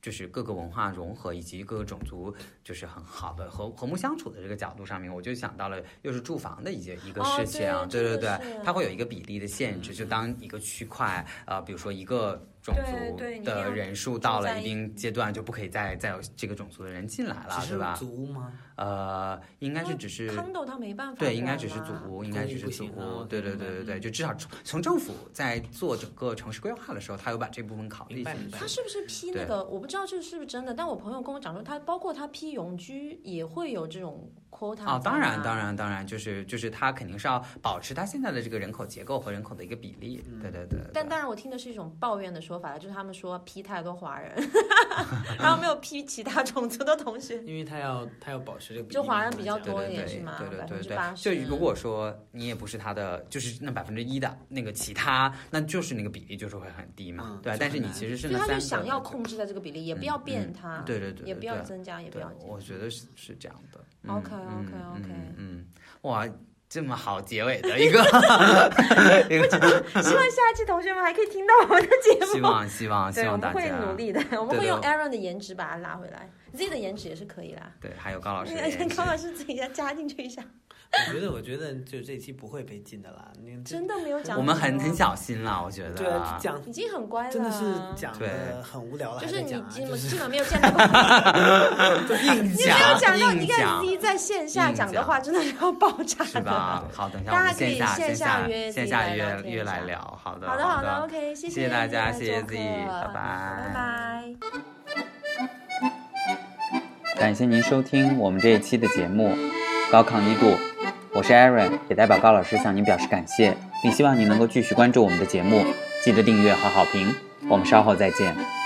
Speaker 1: 就是各个文化融合以及各个种族，就是很好的和和睦相处的这个角度上面，我就想到了又是住房的一件一个
Speaker 2: 哦
Speaker 1: 事
Speaker 2: 对
Speaker 1: 情，对
Speaker 2: 这
Speaker 1: 对
Speaker 2: 个
Speaker 1: 对
Speaker 2: 是，
Speaker 1: 它会有一个比例的限制，就当一个区块，呃，比如说一个种
Speaker 2: 对
Speaker 1: 族
Speaker 2: 对你一定要
Speaker 1: 的人数到
Speaker 2: 住在
Speaker 1: 了一
Speaker 2: 一
Speaker 1: 定阶段，就不可以再再有这个种族的人进来了，对
Speaker 3: 只是
Speaker 1: 吧？
Speaker 3: 族屋吗？
Speaker 1: 呃，应该是只是。
Speaker 2: condo 它没办法管嘛，
Speaker 1: 对，应该只是祖屋，应该只是祖
Speaker 3: 公寓不行
Speaker 1: 屋。
Speaker 3: 啊
Speaker 1: 对对对对对，就至少从从政府在做整个城市规划的时候，他有把这部分考虑
Speaker 3: 明白
Speaker 1: 进
Speaker 3: 明
Speaker 1: 去
Speaker 3: 白。
Speaker 2: 他是不是批那
Speaker 1: 对
Speaker 2: 个？我不知道这是不是真的，但我朋友跟我讲说，他包括他批永居也会有这种 quota
Speaker 1: 哦，当然，当
Speaker 2: 然。
Speaker 1: 然，当然，就是就是，他肯定是要保持他现在的这个人口结构和人口的一个比例。对对对。对
Speaker 2: 但当然，我听的是一种抱怨的说法了，就是他们说批太多华人， 然后没有批其他种族的同学。
Speaker 3: 因为他要他要保持这个比例
Speaker 2: 就华人
Speaker 3: 嘛
Speaker 2: 比较
Speaker 1: 对
Speaker 3: 这样
Speaker 2: 多
Speaker 1: 对
Speaker 2: 一点
Speaker 1: 对
Speaker 2: 是吗
Speaker 1: 对对对对
Speaker 2: 80%
Speaker 1: 对，就如果说你也不是他的，就是那百分之一的那个其他，那就是那个比例就是会很低嘛，
Speaker 3: 嗯
Speaker 1: 对吧。
Speaker 3: 就
Speaker 1: 但是
Speaker 3: 很
Speaker 1: 你
Speaker 3: 难
Speaker 1: 其实是
Speaker 2: 所以
Speaker 1: 那
Speaker 2: 他
Speaker 1: 三
Speaker 2: 就
Speaker 1: 个
Speaker 2: 想
Speaker 1: 的
Speaker 2: 要
Speaker 1: 对
Speaker 2: 控制在这个比例，也不要变它，
Speaker 1: 嗯对对对，
Speaker 2: 也不要
Speaker 1: 对啊
Speaker 2: 增加，也不
Speaker 1: 对
Speaker 2: 要减。
Speaker 1: 我觉得是是这样的。
Speaker 2: OK，OK，OK
Speaker 1: 嗯嗯嗯，哇，这么好结尾的一个一个，
Speaker 2: 希望下一期同学们还可以听到我们的节目。
Speaker 1: 希望希望 希
Speaker 2: 对，我
Speaker 1: 望
Speaker 2: 们
Speaker 1: 大
Speaker 2: 会
Speaker 1: 家
Speaker 2: 努力的，我们
Speaker 1: 对
Speaker 2: 会
Speaker 1: 的
Speaker 2: 用 Aaron 的颜值把他拉回来，Z 的颜值也是可以啦。
Speaker 1: 对，还有高老 师的
Speaker 2: 那
Speaker 1: 演
Speaker 2: 个
Speaker 1: 技，
Speaker 2: 高老师自己要加进去 一下，
Speaker 3: 我觉得我觉得就这期不会被禁的啦，你这
Speaker 2: 真的没有讲。
Speaker 1: 我们很很，小心了，我觉得。
Speaker 3: 对啊讲
Speaker 2: 已经很乖了。
Speaker 3: 真的是，讲
Speaker 1: 对
Speaker 3: 的很无聊
Speaker 2: 啊
Speaker 3: 了，
Speaker 2: 就
Speaker 3: 还
Speaker 2: 是
Speaker 3: 在
Speaker 2: 你
Speaker 3: 讲啊，
Speaker 2: 基本
Speaker 3: 就是
Speaker 2: 基本没有见到过。
Speaker 1: 硬
Speaker 2: 你没有讲到，
Speaker 1: 讲
Speaker 2: 你
Speaker 1: 硬
Speaker 2: 看
Speaker 1: 讲
Speaker 2: Z 在线下
Speaker 1: 硬
Speaker 2: 讲的
Speaker 1: 讲
Speaker 2: 话，真的要爆炸
Speaker 1: 是 吧？好，等一下我
Speaker 2: 大家
Speaker 1: 们
Speaker 2: 可以
Speaker 1: 线下线
Speaker 2: 线下约
Speaker 1: 线
Speaker 2: 自己
Speaker 1: 下
Speaker 2: 来聊
Speaker 1: 约
Speaker 2: 天
Speaker 1: 约
Speaker 2: 一
Speaker 1: 来
Speaker 2: 下
Speaker 1: 聊，好的
Speaker 2: 好的
Speaker 1: 的
Speaker 2: 好的，OK，谢
Speaker 1: 谢谢大家，谢
Speaker 2: 谢
Speaker 1: 谢
Speaker 2: 做
Speaker 1: Z，
Speaker 2: 客拜拜。
Speaker 4: 感谢您收听我们这一期的节目《高抗一度》，我是 Aaron，也代表高老师向您表示感谢，并希望您能够继续关注我们的节目，记得订阅和好评。我们稍后再见。